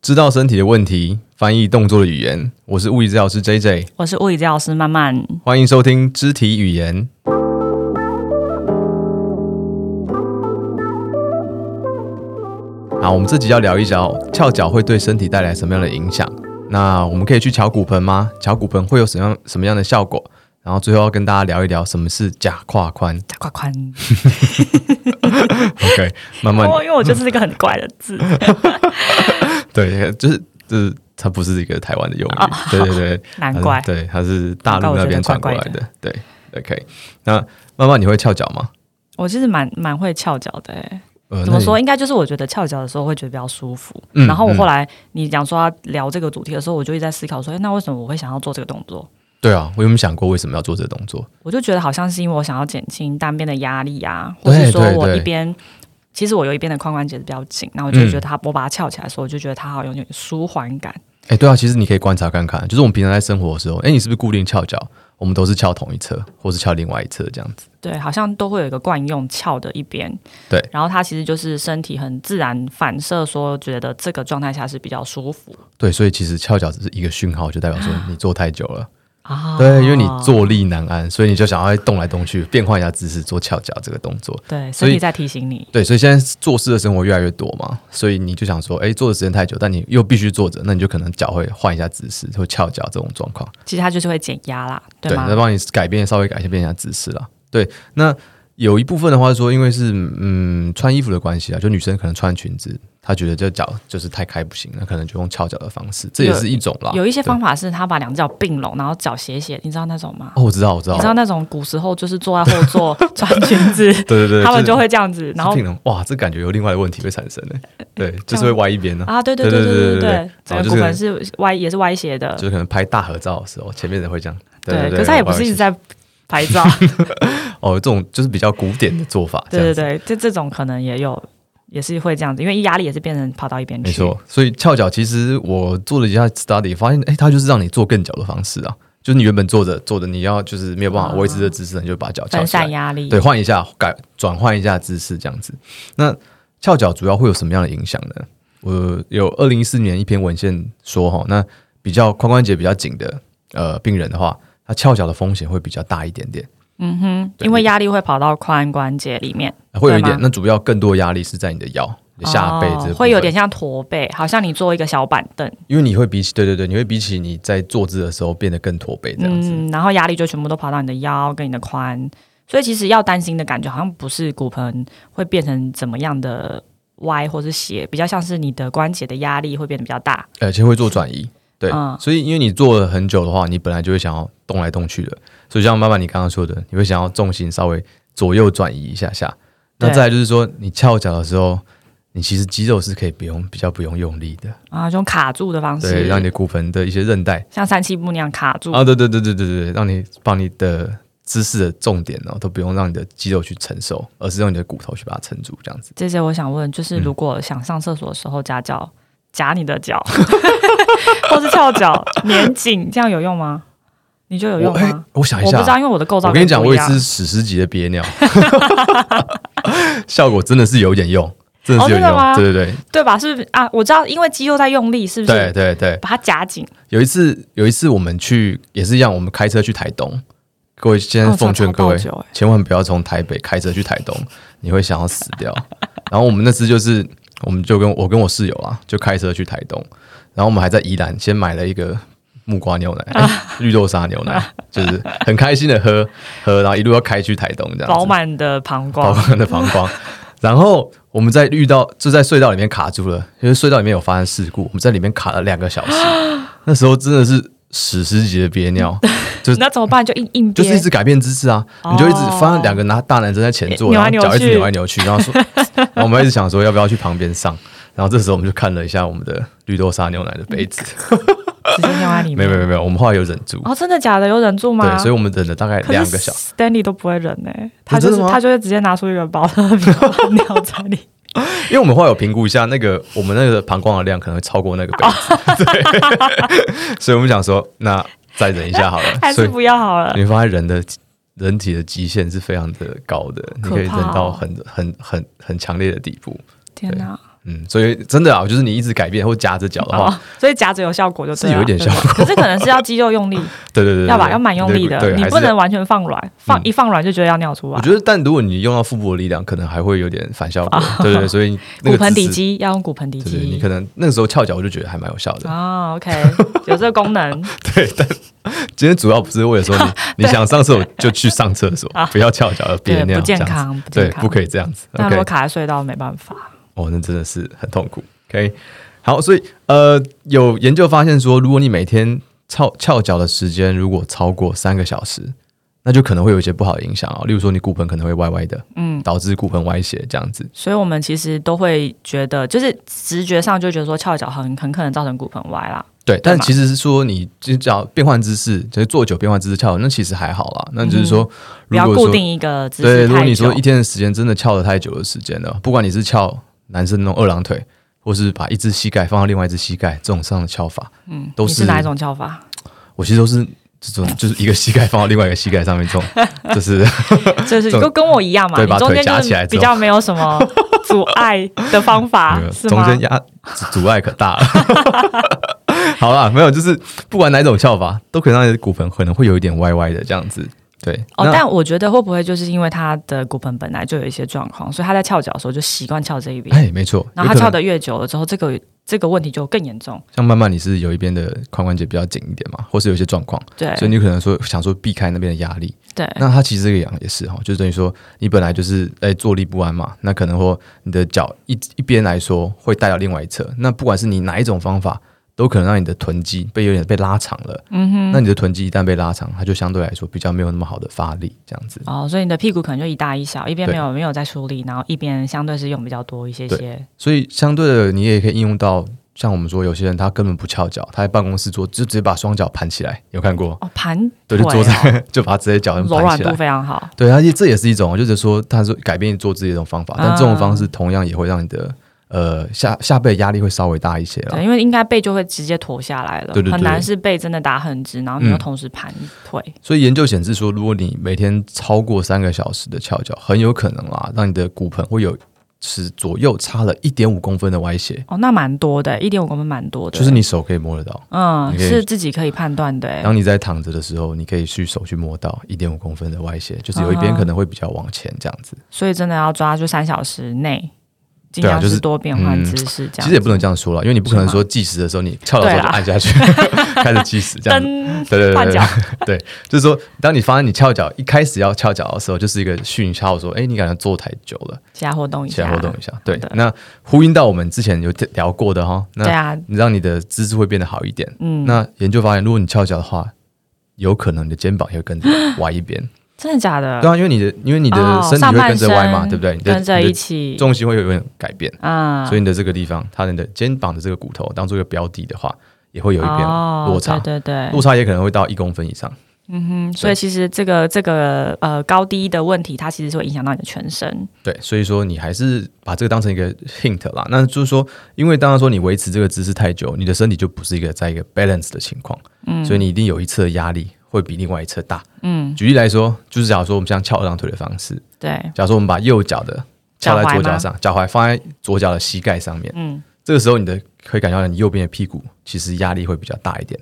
知道身体的问题，翻译动作的语言。我是物理治疗师 J J，我是物理治疗师曼曼。欢迎收听肢体语言。好，我们这集要聊一聊翘脚会对身体带来什么样的影响。那我们可以去敲骨盆吗？敲骨盆会有什么样什么样的效果？然后最后要跟大家聊一聊什么是假胯宽。假胯宽， OK，慢慢哦，因为我就是一个很怪的 字。对，就是就是它不是一个台湾的用语，哦对对对，难它是怪对，它是大陆那边传过来难怪的，对，OK。那慢慢你会翘脚吗？我其实蛮蛮会翘脚的、欸，呃怎么？那说？你应该就是我觉得翘脚的时候会觉得比较舒服。嗯然后我嗯后来你讲说要聊这个主题的时候，我就一直在思考说，诶那为什么我会想要做这个动作？对啊，我有没有想过为什么要做这个动作？我就觉得好像是因为我想要减轻单边的压力啊，对或是说对我对一边，其实我有一边的髋关节比较紧，然后我就嗯觉得它、我把它翘起来的时候，我就觉得它好像有点舒缓感。哎，对啊，其实你可以观察看看，就是我们平常在生活的时候，哎，你是不是固定翘脚？我们都是翘同一侧，或是翘另外一侧这样子。对，好像都会有一个惯用翘的一边。对然后它其实就是身体很自然反射说，觉得这个状态下是比较舒服对，所以其实翘脚只是一个讯号，就代表说你坐太久了。啊对，因为你坐立难安，所以你就想要动来动去，变换一下姿势，做翘脚这个动作。对所身以体在提醒你，对，所以现在坐式的生活越来越多嘛，所以你就想说，哎，坐的时间太久，但你又必须坐着，那你就可能脚会换一下姿势，会翘脚这种状况。其实它就是会减压啦，对吗那？帮你改变稍微改变一下姿势啦。对，那有一部分的话是说，因为是嗯穿衣服的关系啊，就女生可能穿裙子，她觉得这脚就是太开不行，那可能就用翘脚的方式，这也是一种啦。有一些对方法是他把两只脚并拢，然后脚斜斜，你知道那种吗？哦，我知道，我知道，你知道那种古时候就是坐在后 座穿裙子，对对对， 他们是就会这样子，然后是平衡哇，这感觉有另外的问题会产生呢。 对，就是会歪一边呢、啊，对对对对对对对对，然后整就个是骨盆是歪，也是歪斜的，就是可能拍大合照的时候，前面人会这样。对，对。可是他也不歪是一边一直在拍照，哦，这种就是比较古典的做法，这对样对子。对，这这种可能也有，也是会这样子，因为压力也是变成跑到一边去。没错，所以翘脚其实我做了一下 study，发现哎，它就是让你坐更久的方式啊，就是你原本坐着坐着，你要就是没有办法维持这姿势，你就把脚翘哦分起散来，压力。对，换一下改转换一下姿势这样子。那翘脚主要会有什么样的影响呢？我有二零一四年一篇文献说哈，那比较髋关节比较紧的呃病人的话，他翘脚的风险会比较大一点点。嗯哼，对因为压力会跑到髋关节里面，会有一对点吗，那主要更多的压力是在你的腰、你的下背这部分、哦会有点像驼背，好像你坐一个小板凳，因为你会比起对对对，你会比起你在坐姿的时候变得更驼背这样子。嗯，然后压力就全部都跑到你的腰跟你的髋，所以其实要担心的感觉好像不是骨盆会变成怎么样的歪或是斜，比较像是你的关节的压力会变得比较大，而且会做转移。对，嗯所以因为你坐了很久的话，你本来就会想要动来动去的，所以像妈妈你刚刚说的，你会想要重心稍微左右转移一下下。那对再来就是说，你翘脚的时候，你其实肌肉是可以不用比较不用用力的，啊，这种卡住的方对，式，让你的骨盆的一些韧带像三七步那样卡住，啊，对对对对对对，让你把你的姿势的重点哦，都不用让你的肌肉去承受，而是用你的骨头去把它撑住，这样子。这些我想问，就是嗯如果想上厕所的时候夹脚，夹你的脚， 或是翘脚粘紧，这样有用吗？你觉得有用我哎吗？我想一我不下知啊，道，因为我的构造我跟你讲，不我一有一样次史诗级的憋尿， 效果真的是有点用，真的是有哦真点的用，吗对对对吧？是不是啊？我知道，因为肌肉在用力，是对不对是？对对。把它夹紧，有一次，有一次我们去也是一样，我们开车去台东。各位，现在哦奉劝这各超位爆久欸，千万不要从台北开车去台东，你会想要死掉。然后我们那次就是，我们就跟我跟我室友啊，就开车去台东，然后我们还在宜兰先买了一个木瓜牛奶、 哎绿豆沙牛奶，就是很开心的喝喝，然后一路要开去台东这样子。饱满的膀包胱。括的膀胱。然后我们在遇到就在隧道里面卡住了，因为隧道里面有发生事故，我们在里面卡了两个小时。 那时候真的是史诗级的憋尿，就是那怎么办？就硬硬就是一憋，直改变姿势啊！哦你就一直发现两个拿大男生在前座，扭然来后扭脚一直去扭来扭去，然 后说，然后我们一直想说要不要去旁边上。然后这时候我们就看了一下我们的绿豆沙牛奶的杯子，直接尿在里面。没有没有没有，我们后来有忍住，哦，真的假的？有忍住吗？对，所以我们忍了大概可是两个小时。 Stanley 都不会忍呢、他就真是的吗他就会直接拿出一个包，然后尿在 里面。因为我们后来有评估一下，那个我们那个膀胱的量可能会超过那个杯子，哦 对，所以我们想说，那再忍一下好了。还所是以不要好了。你发现人的人体的极限是非常的高的，你可怕哦可以忍到很很很很强烈的地步。天哪！嗯，所以真的啊，就是你一直改变或夹着脚的话，哦，所以夹着有效果就对是了有一点对吧效果可是可能是要肌肉用力，对 对对，对要吧，对要蛮用力的，对，你还是不能完全放软，放嗯一放软就觉得要尿出来我。觉得，但如果你用到腹部的力量，可能还会有点反效果。对对对，所以那骨个盆姿底势，肌要用骨盆底对对，你肌可能那个时候翘脚，我就觉得还蛮有效的。啊，OK，有 这个 功能对，但今天主要不是为了 说你你想上厕所就去上厕所，不要翘脚而憋对尿，不健这样子康不对健，康不可以这样子。但如 OK，果卡在隧道没办法，哦，那真的是很痛苦。OK，好，所以呃，有研究发现说，如果你每天翘翘脚的时间如果超过三个小时，那就可能会有一些不好的影响哦，例如说你骨盆可能会歪歪的，嗯，导致骨盆歪斜这样子。所以我们其实都会觉得，就是直觉上就觉得说翘脚很很可能造成骨盆歪啦。对，但嘛其实是说你就只要变换姿势，就是坐久变换姿势翘，那其实还好啦。那就是说，嗯不如要果固说定一个姿对，势如果太你久说一。天的时间真的翘得太久的时间了，不管你是翘男生那种二郎腿，或是把一只膝盖放到另外一只膝盖，这种上的翘法，嗯，都你是哪一种 翘法？我其实都是这种，就是一个膝盖放到另外一个膝盖上面 这种，就是就是这种都跟我一样嘛，对你把中腿间夹就起来是之比后较没有什么阻碍的方法 没有， 啊是中吗？间压阻碍可大了。 好啦，没有，就是不管哪种翘法，都可以让你的骨盆可能会有一点歪歪的这样子。对，哦，那但我觉得会不会就是因为他的骨盆本来就有一些状况，所以他在翘脚的时候就习惯翘这一边，哎，没错，然有后他可翘能得越久了之后，这个这个问题就更严重。像慢慢你是有一边的髋关节比较紧一点嘛，或是有一些状况，对所以嗯你可能说想说避开那边的压力，对，那它其实这个样也是哈，哦就是等于说你本来就是哎坐立不安嘛，那可能或你的脚一一边来说会带到另外一侧，那不管是你哪一种方法，都可能让你的臀肌被有点被拉长了。嗯哼，那你的臀肌一旦被拉长，它就相对来说比较没有那么好的发力，这样子。哦，所以你的屁股可能就一大一小，一边对没有没有在出力，然后一边相对是用比较多一些对些。所以相对的，你也可以应用到像我们说有些人他根本不翘脚，他在办公室坐就直接把双脚盘起来，有看过？哦，盘对，腿就坐在、哦 就把直接脚柔盘软起来度。非常好。对，而且这也是一种，就是说，他说改变做自己的一种方法，但这嗯种方式同样也会让你的呃下下背的压力会稍微大一些了对，。因为应该背就会直接驼下来了，对对对很难是背真的打很直，然后你嗯又同时盘腿。所以研究显示说，如果你每天超过三个小时的翘脚，很有可能啦，让你的骨盆会有是左右差了一点五公分的歪斜，哦，那蛮多的，一点五公分蛮多的。就是你手可以摸得到。嗯你，可以是自己可以判断的。欸当你在躺着的时候，你可以去手去摸到一点五公分的歪斜，就是有一边啊可能会比较往前这样子。所以真的要抓就三小时内，尽对啊量就是是多变换嗯姿势这样子。其实也不能这样说了，因为你不可能是吗说计时的时候你翘的时候就对啦按下 去，开始计时这样子。噔对对对换对脚，对，就是说，当你发现你翘脚一开始要翘脚的时候，就是一个讯号，说，哎，你感觉坐太久了，起来活动一起下，来活动一下。对的，那呼应到我们之前有聊过的哈，对那啊，你让你的姿势会变得好一点。嗯，那研究发现，如果你翘脚的话，有可能你的肩膀也会跟着歪一 边，真的假的？对啊，因为你的因为你的哦身体上会半跟着歪嘛，身对不对？你的跟着一你的起，重心会有点改变，嗯，所以你的这个地方，它的肩膀的这个骨头当做一个标的的话，也会有一边哦落差，对对落对，差也可能会到一公分以上。嗯，所以其实这个这个呃高低的问题，它其实是会影响到你的全身，对，所以说你还是把这个当成一个 hint 啦。那就是说，因为当然说你维持这个姿势太久，你的身体就不是一个在一个 balance 的情况，嗯，所以你一定有一侧的压力会比另外一侧大。嗯，举例来说，就是假如说我们像翘二郎腿的方式，对，假如说我们把右脚的脚翘在踝左脚吗上，脚踝放在左脚的膝盖上面，嗯，这个时候你的可以感觉到你右边的屁股其实压力会比较大一点，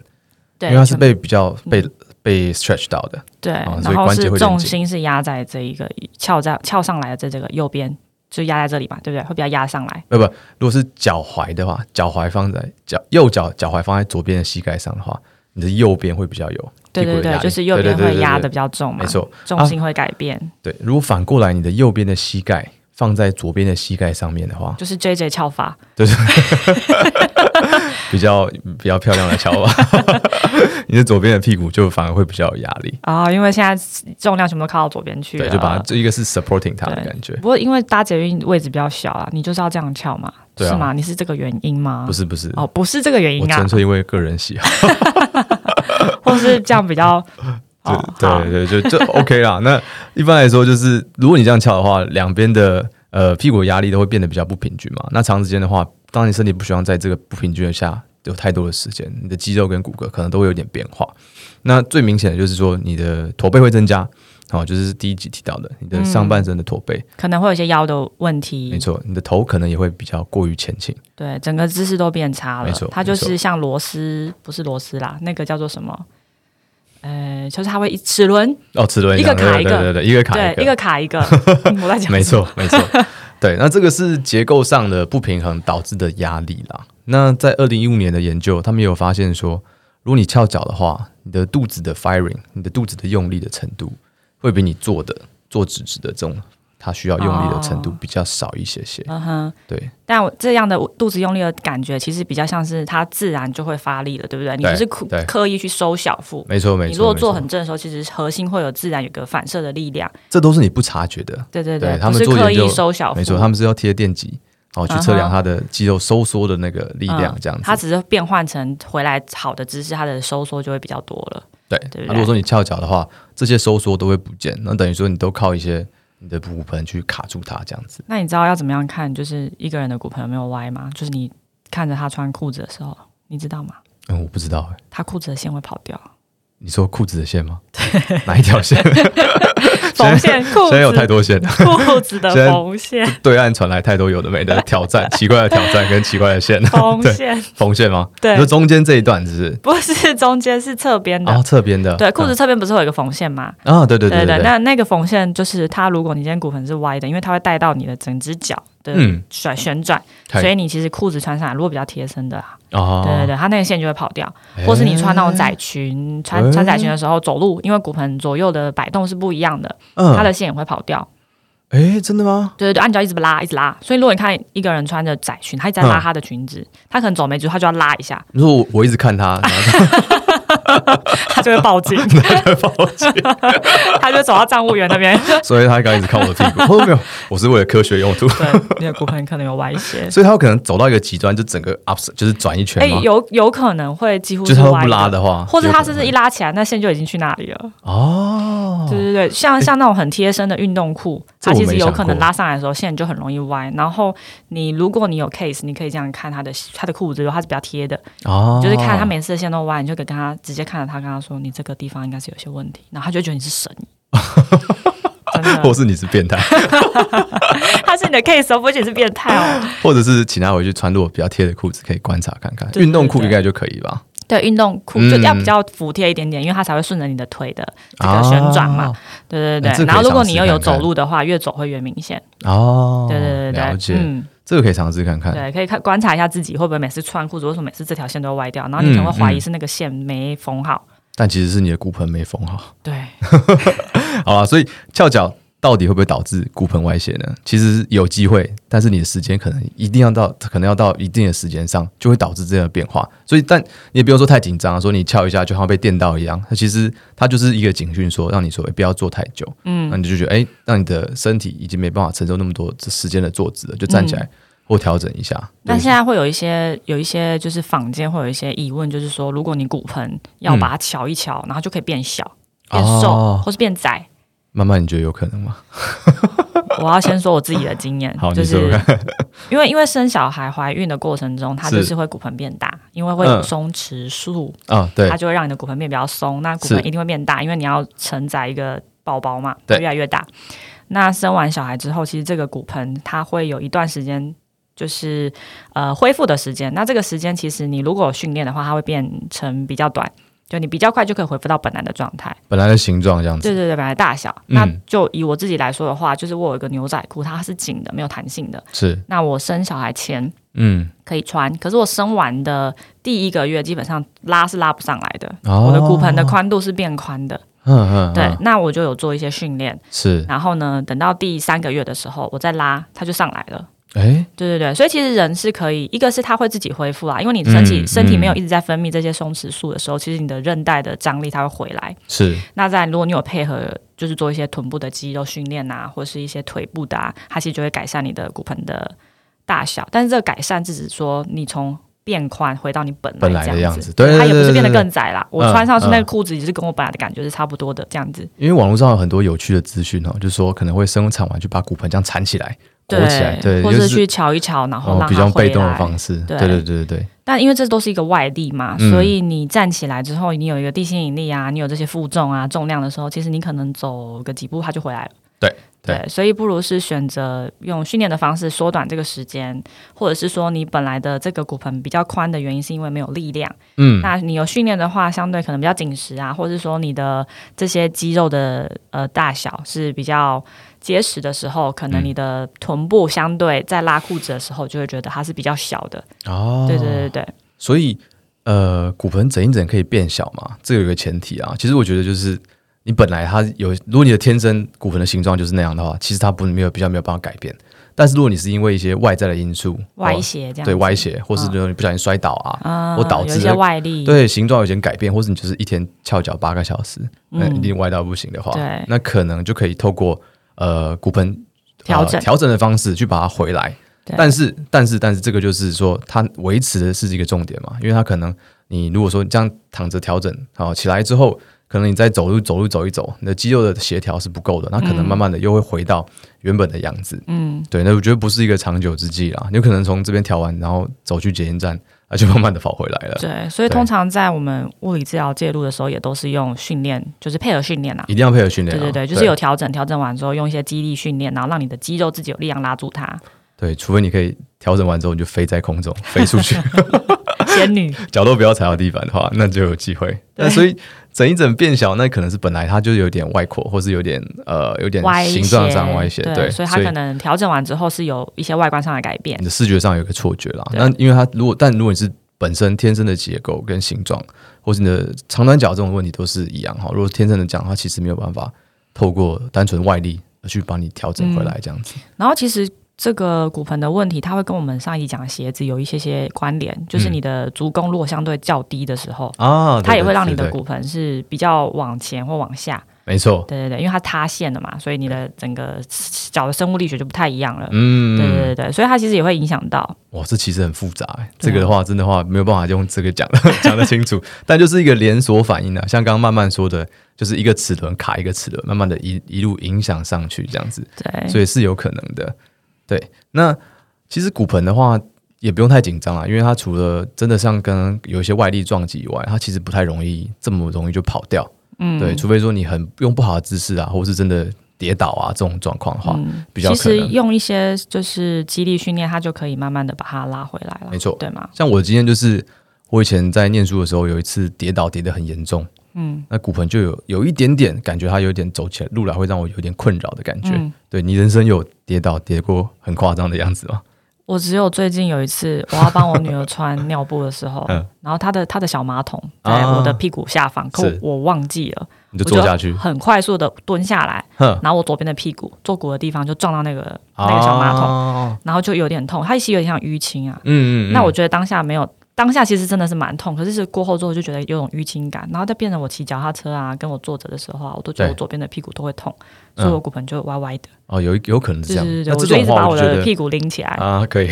对，嗯因为它是全被比较被、被 stretch 到的。对，啊所以然后关节是会连重紧心是压在这一个翘在翘上来的这这个右边，就压在这里嘛，对不对？会比较压上来，呃不，如果是脚踝的话，脚踝放在脚右脚脚踝放在左边的膝盖上的话，你的右边会比较有对屁股的对对压，力就是右边对对对会对压的对比较重嘛，没错，啊重心会改变，对，如果反过来，你的右边的膝盖放在左边的膝盖上面的话，就是 J J 翘法，比较比较漂亮的翘 吧，你的左边的屁股就反而会比较有压力。啊、因为现在重量全部都靠到左边去对，了，就把它这一个是 supporting 它的啊对感觉，不过因为搭捷运位置比较小啊，你就是要这样翘嘛，对啊是吗？你是这个原因吗？不是不是，哦，不是这个原我因啊纯，粹因为个人喜好，或是这样比较 哦，好对对对，就就 OK 啦。那一般来说，就是如果你这样翘的话，两边的呃屁股压力都会变得比较不平均嘛。那长时间的话，当你身体不希望在这个不平均的下有太多的时间，你的肌肉跟骨骼可能都会有点变化。那最明显的就是说，你的驼背会增加，好、就是第一集提到的，你嗯的上半身的驼背，可能会有一些腰的问题，没错，你的头可能也会比较过于前倾，对，整个姿势都变差了。没错它就没是像螺丝，不是螺丝啦，那个叫做什么？呃，就是它会一齿轮，哦，齿轮一个样卡对一个对对对，一个卡对一，一个个，卡一个。嗯我在讲，没，错，没错， 对，那这个是结构上的不平衡导致的压力啦。那在二零一五年的研究，他们也有发现说，如果你翘脚的话，你的肚子的 firing，你的肚子的用力的程度，会比你坐的坐直直的这种，它需要用力的程度比较少一些些。嗯哼。对，但我这样的肚子用力的感觉，其实比较像是它自然就会发力了，对不对？你对不是刻对刻意去收小腹，没错，没你如果错，坐没很错正的时候，其实核心会有自然有个反射的力量。这都是你不察觉的。对对对他不们是做研刻意究收小腹，没错，他们是要贴电极，哦，去测量嗯哼它的肌肉收缩的那个力量，嗯这样子。它只是变换成回来好的姿势，它的收缩就会比较多了。对，啊对那不如果对说你翘脚的话，这些收缩都会不见，那等于说你都靠一些你的骨盆去卡住它这样子。那你知道要怎么样看就是一个人的骨盆有没有歪吗？就是你看着他穿裤子的时候，你知道吗？嗯，我不知道哎、他裤子的线会跑 掉，你说裤子的线吗？ 哪一条 线？缝线裤现在有太子多线了，裤子 的现在缝线对岸传来太多有的没的挑战，奇怪的挑战跟奇怪的线。缝对，线缝线吗？对你说中间这一段只是不是中间是侧边的。啊，侧边的对，裤子侧边不是会有一个缝线吗？嗯啊，对对对对对，那那个缝线就是它，如果你今天骨盆是歪的，因为它会带到你的整只脚的嗯甩旋转，嘿所以你其实裤子穿上来，如果比较贴身的，啊哦，哎对对对，它那个线就会跑掉。对或是你穿那种窄裙，穿穿窄裙的时候走路，因为骨盆左右的摆动是不一样的，它嗯，的线也会跑掉。哎，真的吗？对对对，啊按脚一直拉，一直拉。所以如果你看一个人穿着窄裙，他一直在拉嗯他的裙子，他可能走没几步，他就要拉一下，你说我我一直看他，然后他就会报 警， 他就走到站务员那边。 所以他刚一直看我的屁股。哦，没有，我是为了科学用途。 对，你的骨盆可能有歪斜。所以他有可能走到一个极端，就整个 up 就是转一圈哎、吗？有有可能会几乎就是他都歪不拉的话，或者他甚是至一拉起来，那线就已经去那里了。哦，对对对，像像那种很贴身的运动裤，它这我其没实有想可能过拉上来的时候线就很容易歪。然后你如果你有 case，你可以这样看它的它的裤子，如果它是比较贴的，哦，就是看它每次的线都歪，你就可以跟他直接看着他，跟他说你这个地方应该是有些问题，然后他就觉得你是神。 真 或的，是你是变 态，他是你的 case 哦，不仅是变态哦。或者是请他回去穿如果比较贴的裤子，可以观察看看，对对运动裤对应该就可以吧？对，运动裤就嗯要比较服帖一点点，因为它才会顺着你的腿的这个旋转嘛。啊，对对哎这可对。以然后如果尝试你又有看看走路的话，越走会越明显。哦，对对对对，了解，啊嗯。这个可以尝试看看，对，可以看观察一下自己会不会每次穿裤子，为什么每次这条线都会歪掉？然后你可能会怀疑是那个线没缝好。但其实是你的骨盆没缝好，对，好啊，所以翘脚。到底会不会导致骨盆歪斜呢？其实有机会，但是你的时间可能一定要到，可能要到一定的时间上，就会导致这样的变化。所以，但你也不用说太紧张，啊说你翘一下就好像被电到一样。它其实它就是一个警讯，说让你说、诶不要坐太久。嗯，那你就觉得，哎、让你的身体已经没办法承受那么多时间的坐姿了，就站起来、或调整一下。嗯那对现在会有一些有一些就是坊间会有一些疑问，就是说，如果你骨盆要把它翘一翘，然后就可以变小、变瘦、哦或是变窄。慢慢，你觉得有可能吗？，我要先说我自己的经验好，就你说是说 看。因为因为生小孩怀孕的过程中，它是就是会骨盆变大，因为会有嗯松弛素，啊，对它，就会让你的骨盆变比较松，那骨是盆一定会变大，因为你要承载一个宝宝嘛，对会越来越大。那生完小孩之后，其实这个骨盆它会有一段时间，就是呃恢复的时间。那这个时间其实你如果有训练的话，它会变成比较短，就你比较快就可以恢复到本来的状态。本来的形状这样子。对对对，本来大小。嗯那就以我自己来说的话，就是我有一个牛仔裤，它是紧的，没有弹性的。是，那我生小孩前嗯，可以穿，可是我生完的第一个月基本上拉是拉不上来的，哦我的骨盆的，宽度是变宽的。嗯嗯，对嗯，那我就有做一些训练，是，然后呢，等到第三个月的时候，我再拉，它就上来了。哎，对对对，所以其实人是可以，一个是它会自己恢复啊，因为你身体、嗯身体嗯没有一直在分泌这些松弛素的时候，其实你的韧带的张力它会回来。是，那再来如果你有配合，就是做一些臀部的肌肉训练啊，或是一些腿部的啊，它其实就会改善你的骨盆的大小。但是这个改善只是说你从变宽回到你本本来来的这样样子，对，对它也不对是变得对更窄啦。我嗯穿上去嗯那个裤子也是跟我本来的感觉是差不多的这样子。因为网络上有很多有趣的资讯哦，就是说可能会生产完就把骨盆这样缠起来、裹对，起来，对，或就是去瞧一瞧，然后哦让比它较回被动的来。方式，对对对对对对，但因为这都是一个外力嘛，嗯所以你站起来之后，你有一个地心引力啊，你有这些负重啊、重量的时候，其实你可能走个几步它就回来了。对对所以不如是选择用训练的方式缩短这个时间，或者是说你本来的这个骨盆比较宽的原因是因为没有力量，嗯，那你有训练的话，相对可能比较紧实啊，或者是说你的这些肌肉的呃大小是比较结实的时候，嗯可能你的臀部相对在拉裤子的时候就会觉得它是比较小的。哦，对对对对，所以呃，骨盆整一整可以变小嘛，这个有个前提啊。其实我觉得就是你本来它有，如果你的天生骨盆的形状就是那样的话，其实它不没有比较没有办法改变。但是如果你是因为一些外在的因素，歪哦斜这样子、嗯对歪斜，或是说你不小心摔倒啊，啊，或导有致一些外力。对形状有点改变，或是你就是一天翘脚八个小时，那嗯一定歪到不行的话对，那可能就可以透过呃骨盆呃调整调整的方式去把它回来。对但是但是但是这个就是说，它维持的是一个重点嘛，因为它可能你如果说这样躺着调整好起来之后，可能你再走路走路走一走，你的肌肉的协调是不够的，那可能慢慢的又会回到原本的样子。嗯，对，那我觉得不是一个长久之计啦，你有可能从这边调完，然后走去检验站，那就慢慢的跑回来了。对，所以对通常在我们物理治疗介入的时候，也都是用训练，就是配合训练啊。一定要配合训练对啊、对对，就是有调整，调整完之后用一些肌力训练，然后让你的肌肉自己有力量拉住 它。对，除非你可以调整完之后你就飞 在空中飞出 去，仙女，脚都不要踩到地板的话，那就有机会。那所以整一整变小，那可能是本来它就有点外扩，或是有点呃有点歪形斜，状上歪斜，对，嗯所以它可能调整完之后是有一些外观上的改变你，的视觉上有一个错觉啦。对那因为它如果但如果你是本身天生的结构跟形状，或是你的长短脚这种问题都是一样哈。如果天生的讲，它其实没有办法透过单纯外力而去帮你调整回来这样子。然后其实。这个骨盆的问题，它会跟我们上一集讲的鞋子有一些些关联，就是嗯你的足弓如果相对较低的时候，啊，嗯它对也对会让你对的对骨盆是比较往前或往下。没错，对对对，因为它塌陷了嘛，所以你的整个脚的生物力学就不太一样了。嗯，对对对对，所以它其实也会影响到。哇，这其实很复杂、欸，啊这个的话，真的话没有办法用这个讲讲得 清楚，但就是一个连锁反应啊，像刚刚慢慢说的，就是一个齿轮卡一个齿轮，慢慢的一一路影响上去这样子，对，所以是有可能的。对，那其实骨盆的话也不用太紧张啊，因为它除了真的像刚刚有一些外力撞击以外，它其实不太容易这么容易就跑掉。嗯对，除非说你很用不好的姿势啊，或是真的跌倒啊这种状况的话，嗯，比较其可实能。用一些就是肌力训练，它就可以慢慢的把它拉回来了。没错对吗？像我今天就是，我以前在念书的时候有一次跌倒跌得很严重，嗯，那骨盆就有有一点点感觉它有点走起来路来会让我有点困扰的感觉。嗯对你人生有跌倒跌过很夸张的样子吗？，我只有最近有一次，我要帮我女儿穿尿布的时候 嗯啊然后她的她的小马桶在我的屁股下方，可我是我忘记了，你就坐下我去就，很快速的蹲下来，哼，啊然后我左边的屁股坐骨的地方就撞到那个那个小马桶，哦然后就有点痛，它其实有点像淤青啊。嗯嗯嗯，那我觉得当下没有，当下其实真的是蛮痛，可是是过后之后就觉得有种淤青感，然后再变成我骑脚踏车啊，跟我坐着的时候啊，我都觉得对我左边的屁股都会痛，嗯所以我骨盆就歪歪的，哦有一有可能是对这样，对那这对对，我就一种直话把我我就觉的得屁股拎起来，啊可 以，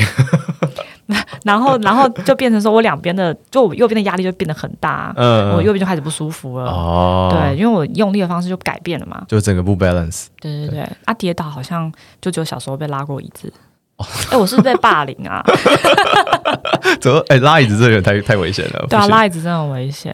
然后然后就变成说我两边的，就我右边的压力就变得很大啊、嗯，我右边就开始不舒服了。哦，对，，因为我用力的方式就改变了嘛。就整个不 balance，对对对，啊，跌倒好像就只有小时候被拉过一次。哦哎、我是不是被霸凌 啊？怎么哎拉椅子这个太太危险了，对不啊，行拉椅子真的很危险。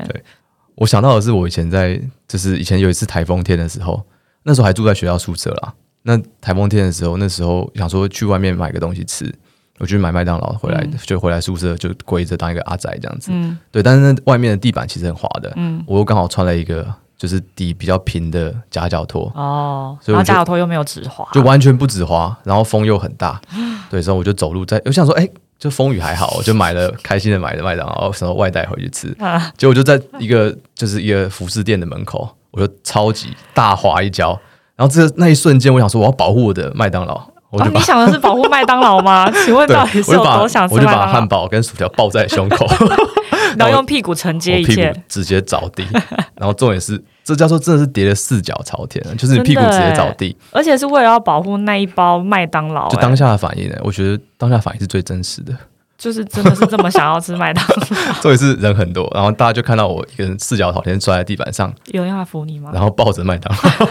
我想到的是，我以前在就是以前有一次台风天的时候，那时候还住在学校宿舍啦。那台风天的时候，那时候想说去外面买个东西吃，我去买麦当劳回来，嗯就回来宿舍就跪着当一个阿仔这样子。嗯对，但是那外面的地板其实很滑的，嗯，我又刚好穿了一个就是底比较平的夹脚拖，哦，所以然我后就加油头又没有止滑，就完全不止滑，然后风又很大，对，所以我就走路在，我想说，哎、就风雨还好，我就买了开心的买了麦当劳，然后外带回去吃，啊，结果就在一个就是一个服饰店的门口，我就超级大滑一跤，然后这那一瞬间，我想说我要保护我的麦当劳，我就哦你把、想的是保护麦当劳 吗？请问对，到底是我就有把多想吃我就麦把当汉劳？堡跟薯条抱在胸口，然后用屁股承 接我一哦屁切股，直接着地，然后重点是这叫做真的是跌了四脚朝天，啊就是你屁股直接着地，而且是为了要保护那一包麦当劳、就哎当下的反应呢，我觉得当下反应是最真实的，就是真的是这么想要吃麦当劳， 重点是人很多，然后大家就看到我一个人四脚朝天摔在地板上， 有人要来扶你吗然？后抱着麦当劳，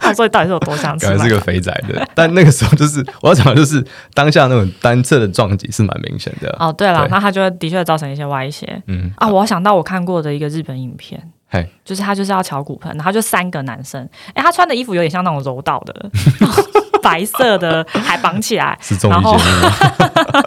想说你到底是有多想 吃感觉麦是当个肥宅的。但那个时候就是我要讲的就是当下那种单侧的撞击是蛮明显的。劳哦，对了对，那它就会的确造成一些歪斜嗯，啊。我想到我看过的一个日本影片，嘿，就是他就是要敲骨盆，然后就三个男生，哎，他穿的衣服有点像那种柔道的， 白色的，还绑起来，是综艺然节后目吗？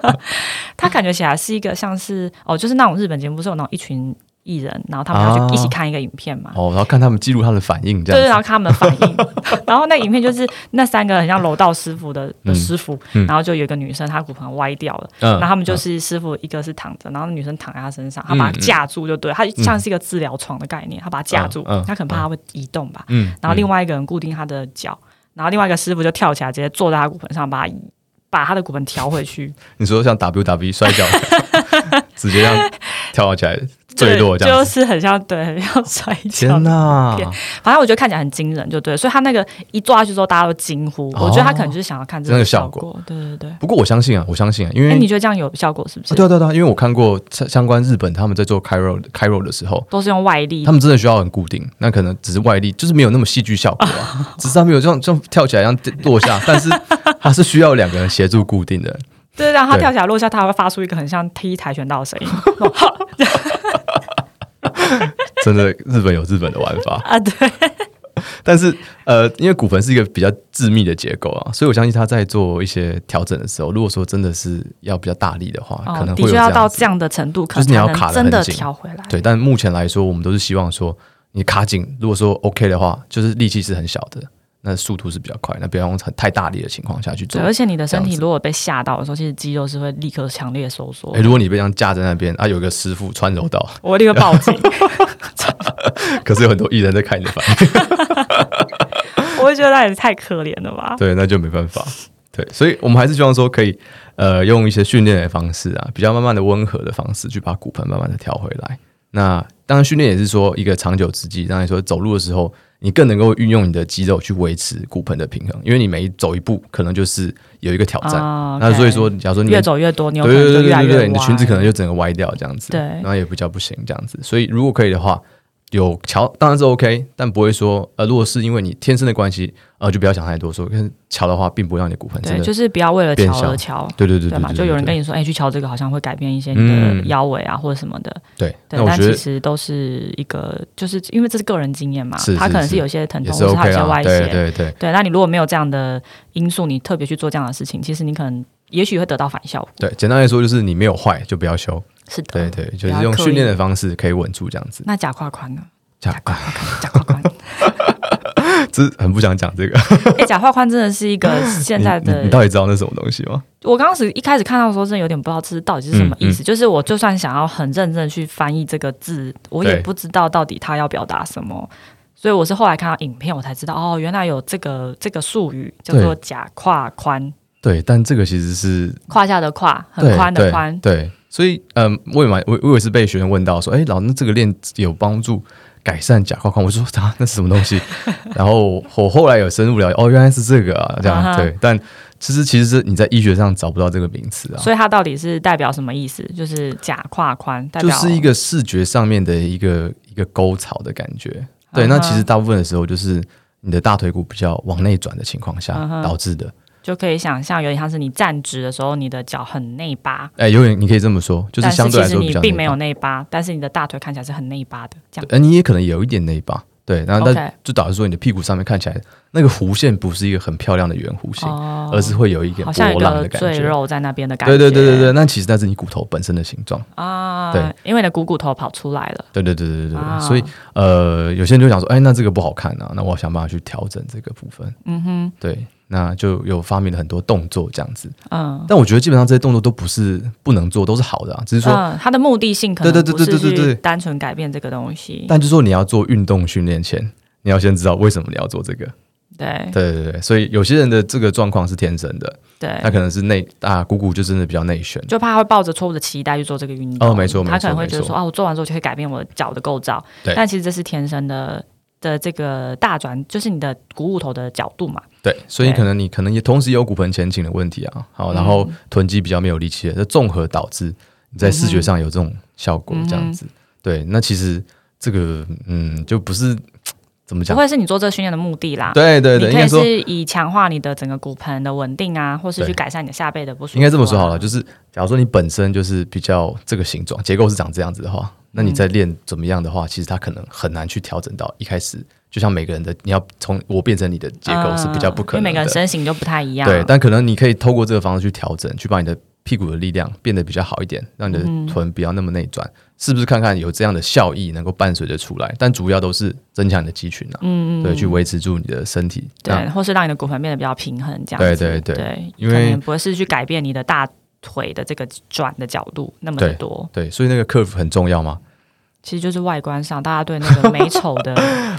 他感觉起来是一个像是哦，就是那种日本节目不是有那种一群艺人，然后他们要去一起看一个影片嘛。啊 哦，然后看他们记录他的反应，这对对，啊然样后子。看他们的反应， 然后那影片就是那三个很像柔道师傅的的嗯师傅，嗯然后就有一个女生她骨盆歪掉了，嗯然后他们就是师傅一个是躺着，然后女生躺在他身上，他把她嗯嗯架住就对，他像是一个治疗床的概念，他把她架住嗯嗯，他可能怕她会移动吧，嗯，嗯然后另外外一个人固定他的脚，然后另外一个师傅就跳起来直接坐在他骨盆上，把他移把他的骨盆调回去，你说像 WWE 摔 跤，直接让跳起来坠对，落这样就子。是很像对，很像摔跤天。哪！反正我觉得看起来很惊人，就对，所以他那个一坐下去之后，大家都惊呼。哦我觉得他可能就是想要看这那个个效效果。对对对。不过我相信啊，我相信啊，因为哎，你觉得这样有效果是不啊是？对啊对啊对啊，因为我看过相相关日本他们在做 Cairo Cairo 的时候，都是用外力他。们真的需要很固定，那可能只是外力，就是没有那么戏剧效果 啊，只是他们有这样这样跳起来，这样落下，但是它是需要两个人协助固定的。对，让他对跳起来落下，他还会发出一个很像踢跆拳道的声音真的，日本有日本的玩法， 啊！对，但是呃，因为骨盆是一个比较致密的结构啊，所以我相信他在做一些调整的时候，如果说真的是要比较大力的话，可哦，能会的有确这要样到子这样的程度，可就是你要能才卡能得真的很紧调回来。对，但目前来说，我们都是希望说你卡紧，如果说 OK 的话，就是力气是很小的，那速度是比较快，那不要用很太大力的情况下去做对，。而且你的身这体样子如果被吓到的时候，其实肌肉是会立刻强烈收缩哎、。如果你被这样架在那边啊，有一个师傅穿柔道，我立刻报 警，可是有很多艺人在看你的反应，我会觉得那也太可怜了吧？ 对，那就没办法。对，所以我们还是希望说可以，呃，用一些训练的方式啊，比较慢慢的、温和的方式去把骨盆慢慢的调回来。那当然，训练也是说一个长久之计。当然说，走路的时候，你更能够运用你的肌肉去维持骨盆的平衡，因为你每走一步，可能就是有一个挑战。啊那所以 OK 说，假如说你越走越多，你有可对能对就对越来对越对，你的裙子歪可能就整个歪掉这样子，对然后也比较不行这样子。所以如果可以的话，有桥当然是 OK，但不会说呃，如果是因为你天生的关系，呃，就不要想太多说，跟桥的话，并不会让你的骨盆真对，的就是不要为了变敲小而敲，对对对对对嘛？对就有人对跟你说，哎，去敲这个好像会改变一些你的嗯腰围啊，或者什么的。对。对那，我但觉其得实都是一个，就是因为这是个人经验嘛是，他是可能是是有些疼也痛，是或是他 OK 有些啦，歪对斜。对对。对，那你如果没有这样的因素，你特别去做这样的事情，其实你可能也许会得到反效果。对，简单来说就是你没有坏就不要修，是对的，对，就不是要用刻训练意的方式可以稳住这样子。那假胯宽呢？假胯宽，假胯宽， 这很不想讲这个，哎，假胯宽真的是一个现在 你你的你到底知道那是什么东西吗？我刚开始一开始看到的时候，真的有点不知道这是到底是什么嗯意思。就是我就算想要很认真地去翻译这个字，我也对不知道到底他要表达什么。所以我是后来看到影片，我才知道哦，原来有这个这个术语叫做对假胯宽，对，但这个其实是胯下的胯，很对宽的对宽。对，所以嗯，我也蛮我我也是被学生问到说，哎、老师，那这个练有帮助改善甲胯宽？我就说 啊，那是什么东西？然后我后来有深入了解，哦，原来是这个啊，这样、啊哈对。但其实其实是你在医学上找不到这个名词啊，所以它到底是代表什么意思？就是假胯宽，代就表是一个视觉上面的一个一个沟槽的感觉。对，那啊哈其实大部分的时候就是你的大腿骨比较往内转的情况下啊哈导致的。就可以想象，有点像是你站直的时候，你的脚很内八，哎、有点你可以这么说，就是但相对其来实说你比较并内没八有内八，但是你的大腿看起来是很内八的，这样。呃，你也可能有一点内八，对，然后 OK 但就导致说你的屁股上面看起来那个弧线不是一个很漂亮的圆弧形，哦而是会有一点好像有波一浪个的感赘觉。肉在那边的感觉。对对对对对，那其实那是你骨头本身的形状。啊，对，因为你的股骨头跑出来了。对对对对对对，啊所以呃，有些人就想说，哎，那这个不好看啊，那我要想办法去调整这个部分。嗯哼，对，那就有发明了很多动作这样子。嗯，但我觉得基本上这些动作都不是不能做，都是好的啊，只是说嗯，它的目的性可能对对不对是对对对对去单纯改变这个东西。但就是说你要做运动训练前，你要先知道为什么你要做这个。对对对对，所以有些人的这个状况是天生的，他对，可能是内啊，股骨就真的比较内旋。就怕他会抱着错误的期待去做这个运动。哦没错没错他可能会觉得没错说啊，我做完之后就可以改变我的脚的构造。对但其实这是天生的。的这个大转就是你的股骨头的角度嘛，对，所以对嗯可能你可能也同时有骨盆前倾的问题啊，好，然后臀肌比较没有力气了，这综合导致你在视觉上嗯嗯有这种效果，这样子。对，那其实这个嗯，就不是怎么不讲？会是你做这个训练的目的啦。对对对，你应可以该说是以强化你的整个骨盆的稳定啊，或是去对改善你的下背的不舒服、啊应该这么说好了，，就是假如说你本身就是比较这个形状结构是长这样子的话，那你在练怎么样的话，其实它可能很难去调整到一开始，就像每个人的你要从我变成你的结构是比较不可嗯啊因为每能个人的，身形就不太一样。啊对，但可能你可以透过这个方式去调整，去把你的屁股的力量变得比较好一点，让你嗯的臀不要那么内转，是不是？看看有这样的效益能够伴随着出来，但主要都是增强你的肌群啊，嗯对，去维持住你的身体，这对，样或是让你的骨盆变得比较平衡，这样子。嗯对对对因可为能不是去改变你的大腿的这个转的角度那么的多，对，所以那个 curve 很重要吗？其实就是外观上大家对那个美丑的，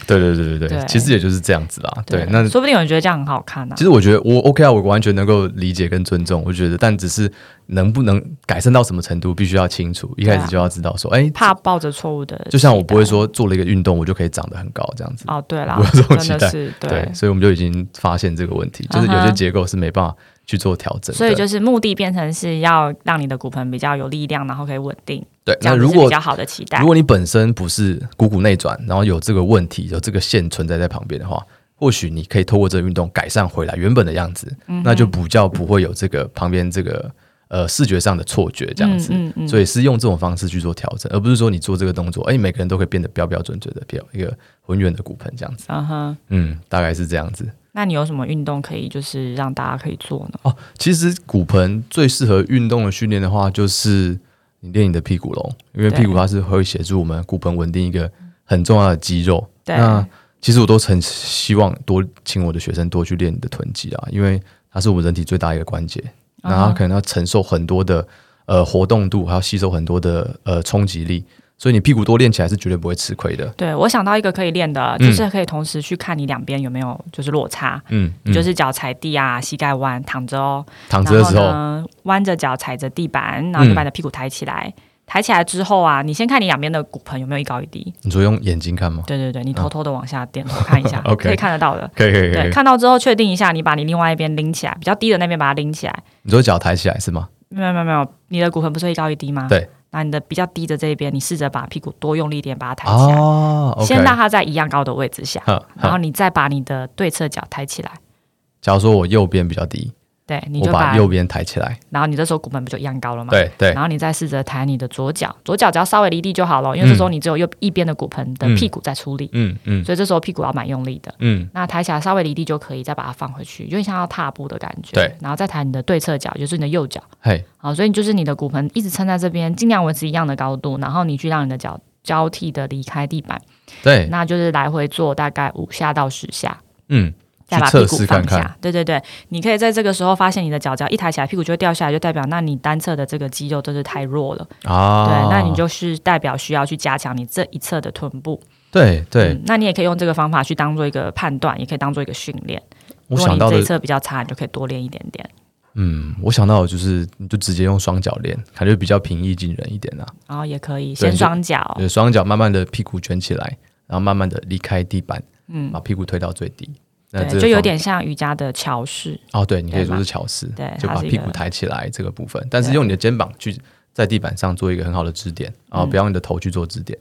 对对对对对，对其实也就是这样子啦。 对，那说不定有人觉得这样很好看呢、其实我觉得我 OK 啊，我完全能够理解跟尊重，我觉得，但只是能不能改善到什么程度，必须要清楚，一开始就要知道说，哎、怕抱着错误的期待，就像我不会说做了一个运动我就可以长得很高这样子，哦，对啦我有这，种真期的待是对，所以我们就已经发现这个问题，就是有嗯些哼结构是没办法去做调整的。所以就是目的变成是要让你的骨盆比较有力量，然后可以稳定，对，这那样子如是比果较好的期待如。果你本身不是股骨内转，然后有这个问题，有这个线存在在旁边的话，或许你可以透过这个运动改善回来原本的样子，嗯那就比较不会有这个旁边这个呃视觉上的错觉这样子。嗯嗯嗯所以是用这种方式去做调整，而不是说你做这个动作，哎、每个人都可以变得标标准准的，标一个浑圆的骨盆这样子。嗯哼，嗯，大概是这样子。那你有什么运动可以就是让大家可以做呢？哦，其实骨盆最适合运动的训练的话，就是你练你的屁股喽，因为对屁股它是会协助我们骨盆稳定一个很重要的肌肉。对那其实我都很希望多请我的学生多去练你的臀肌啊，因为它是我们人体最大的一个关节，哦那它可能要承受很多的呃活动度，还要吸收很多的呃冲击力，所以你屁股多练起来是绝对不会吃亏的。对我想到一个可以练的，就是可以同时去看你两边有没有就是落差，嗯，嗯就是脚踩地啊，膝盖弯躺着哦，躺着然的后时候，嗯呢弯着脚踩着地板，然后就把你的屁股抬起来。抬起来之后啊，你先看你两边的骨盆有没有一高一低。你说用眼睛看吗？对对对，你偷偷的往下点头看一下嗯 OK 可以看得到的。可以可以可对，以，看到之后确定一下，你把你另外一边拎起来，比较低的那边把它拎起来。你说脚抬起来是吗？没有没有没有，你的骨盆不是一高一低吗？对。那你的比较低的这一边，你试着把屁股多用力一点，把它抬起来，哦，OK，先让它在一样高的位置下，哼然后哼你再把你的对侧脚抬起来。假如说我右边比较低，对，你我就把把，右边抬起来，然后你这时候骨盆不就一样高了吗？。对对然后你再试着抬你的左脚，左脚只要稍微离地就好了，因为这时候你只有右一边的骨盆的屁股在出力，嗯嗯所以这时候屁股要蛮用力的。嗯，那抬起来稍微离地就可以，再把它放回去，有点像要踏步的感觉。对，然后再抬你的对侧脚，也就是你的右脚。嘿，好，所以就是你的骨盆一直撑在这边，尽量维持一样的高度，然后你去让你的脚交替的离开地板，对，那就是来回做大概五下到十下，嗯，再去把屁测股试放看下。看，对对对，你可以在这个时候发现你的脚只要一抬起来，屁股就会掉下来，就代表那你单侧的这个肌肉真是太弱了。啊，对，那你就是代表需要去加强你这一侧的臀部。对对，嗯那你也可以用这个方法去当做一个判断，也可以当做一个训练。我如果想你到这一的，侧比较差，你就可以多练一点点。嗯，我想到的就是你就直接用双脚练，感觉比较平易近人一点啊，然后也可以对先就双脚，对，双脚慢慢的屁股卷起来，然后慢慢的离开地板，嗯，把屁股推到最低，那这对，个就有方点像瑜伽的桥式。哦，对，你可以对说吧是巧思，对就它把是一屁股个抬起来这个部分，但是用你的肩膀去在地板上做一个很好的支点，然后不要用你的头去做支点，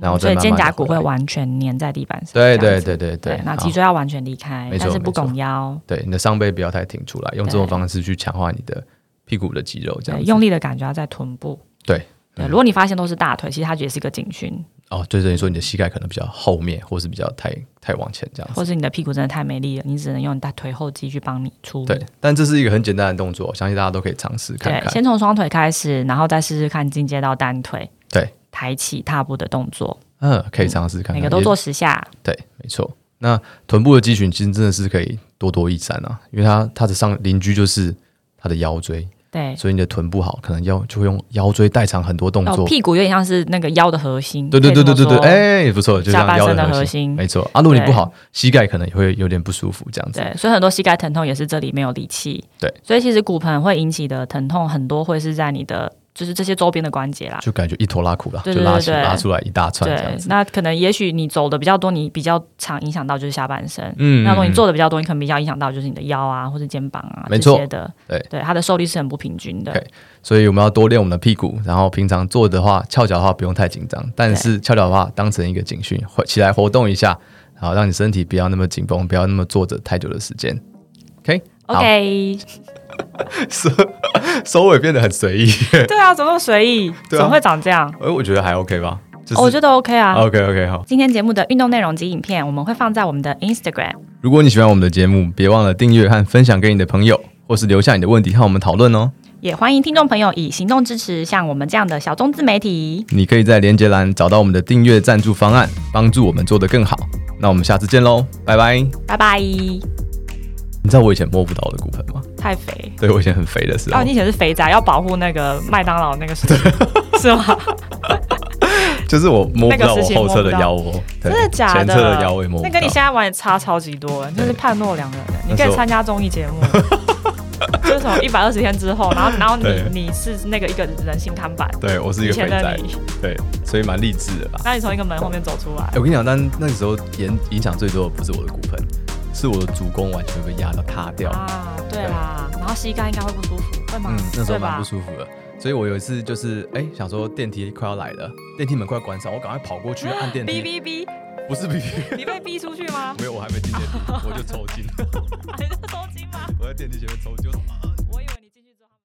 然后嗯所再以慢肩慢地胛骨回会来完全粘在地板上。对这样对对子对对，那好脊椎要完全离开没，错但是没不错拱腰，对你的上背不要太挺出来，用这对种方式去强化你的屁股的肌肉，这样对，子用力的感觉要在臀部。对对，嗯如果你发现都是大腿，其实它也是一个警讯，哦，就等于说你的膝盖可能比较后面，或是比较太太往前这样子。或是你的屁股真的太没力了，你只能用你大腿后肌去帮你出力。对，但这是一个很简单的动作，我相信大家都可以尝试看对，看。先从双腿开始，然后再试试看进阶到单腿。对，抬起踏步的动作，嗯，可以尝试看看。每个都也做十下。对，没错。那臀部的肌群其实真的是可以多多益善啊，因为它它的上邻居就是它的腰椎，对，所以你的臀部好，可能腰就会用腰椎代偿很多动哦，作。屁股有点像是那个腰的核心。对对对对对可以这对，么说。哎、不错，就下像半腰身的核核心没错。啊，如果你对不好，膝盖可能也会有点不舒服，这样子。对，所以很多膝盖疼痛也是这里没有力气。对，所以其实骨盆会引起的疼痛很多会是在你的就是这些周边的关节啦。就感觉一拖拉苦啦，对就对拉对起对拉出来一大串这样对子，。那可能也许你走的比较多，你比较常影响到就是下半身。嗯那如果你做的比较多，你可能比较影响到就是你的腰啊，或者肩膀啊没这错些的。对对，它的受力是很不平均的。 OK 所以我们要多练我们的屁股，然后平常做的话，翘脚的话不用太紧张，但是翘脚的话当成一个警讯，活起来活动一下，好让你身体不要那么紧绷，不要那么坐着太久的时间。OK，好 OK， 收收尾变得很随意，对啊，怎么那么随意？对啊怎么会长这样？哎，我觉得还 OK 吧，就是、哦我觉得 OK 啊。 OK OK 好。今天节目的运动内容及影片，我们会放在我们的 Instagram。如果你喜欢我们的节目，别忘了订阅和分享给你的朋友，或是留下你的问题和我们讨论哦。也欢迎听众朋友以行动支持像我们这样的小众自媒体。你可以在连接栏找到我们的订阅赞助方案，帮助我们做得更好。那我们下次见喽，拜拜！你拜拜，知道我以前摸不到我的骨盆吗？太肥。对我以前很肥的时候，哦，你以前是肥宅，要保护那个麦当劳那个事情， 是吗？就是我摸不那到我个时期后侧的摸不到腰窝，对真的假的？前侧的腰我也摸不那到。跟你现在玩也差超级多，你就是判若两人。你那可时以候参加综艺节 目，就是什么一百二十天之后，然后然后对你你是那个一个人形看板，对我是一以个肥前的仔，你，对，所以蛮励志的吧。那你从一个门后面走出来哎，，我跟你讲，但那个时候影影响最多的不是我的骨盆，是我的足弓完全被压到塌掉。啊，对啦，然后膝盖应该会不舒服，会吗嗯？，那时候对吧蛮不舒服的。所以我有一次就是哎、想说电梯快要来了，电梯门快要关上，我赶快跑过去按电哔梯，哔哔，不是 B B，你被逼出去吗？ 没有，我还没进电梯，我就抽筋，你是抽筋吗？我在电梯前面抽筋。我说啊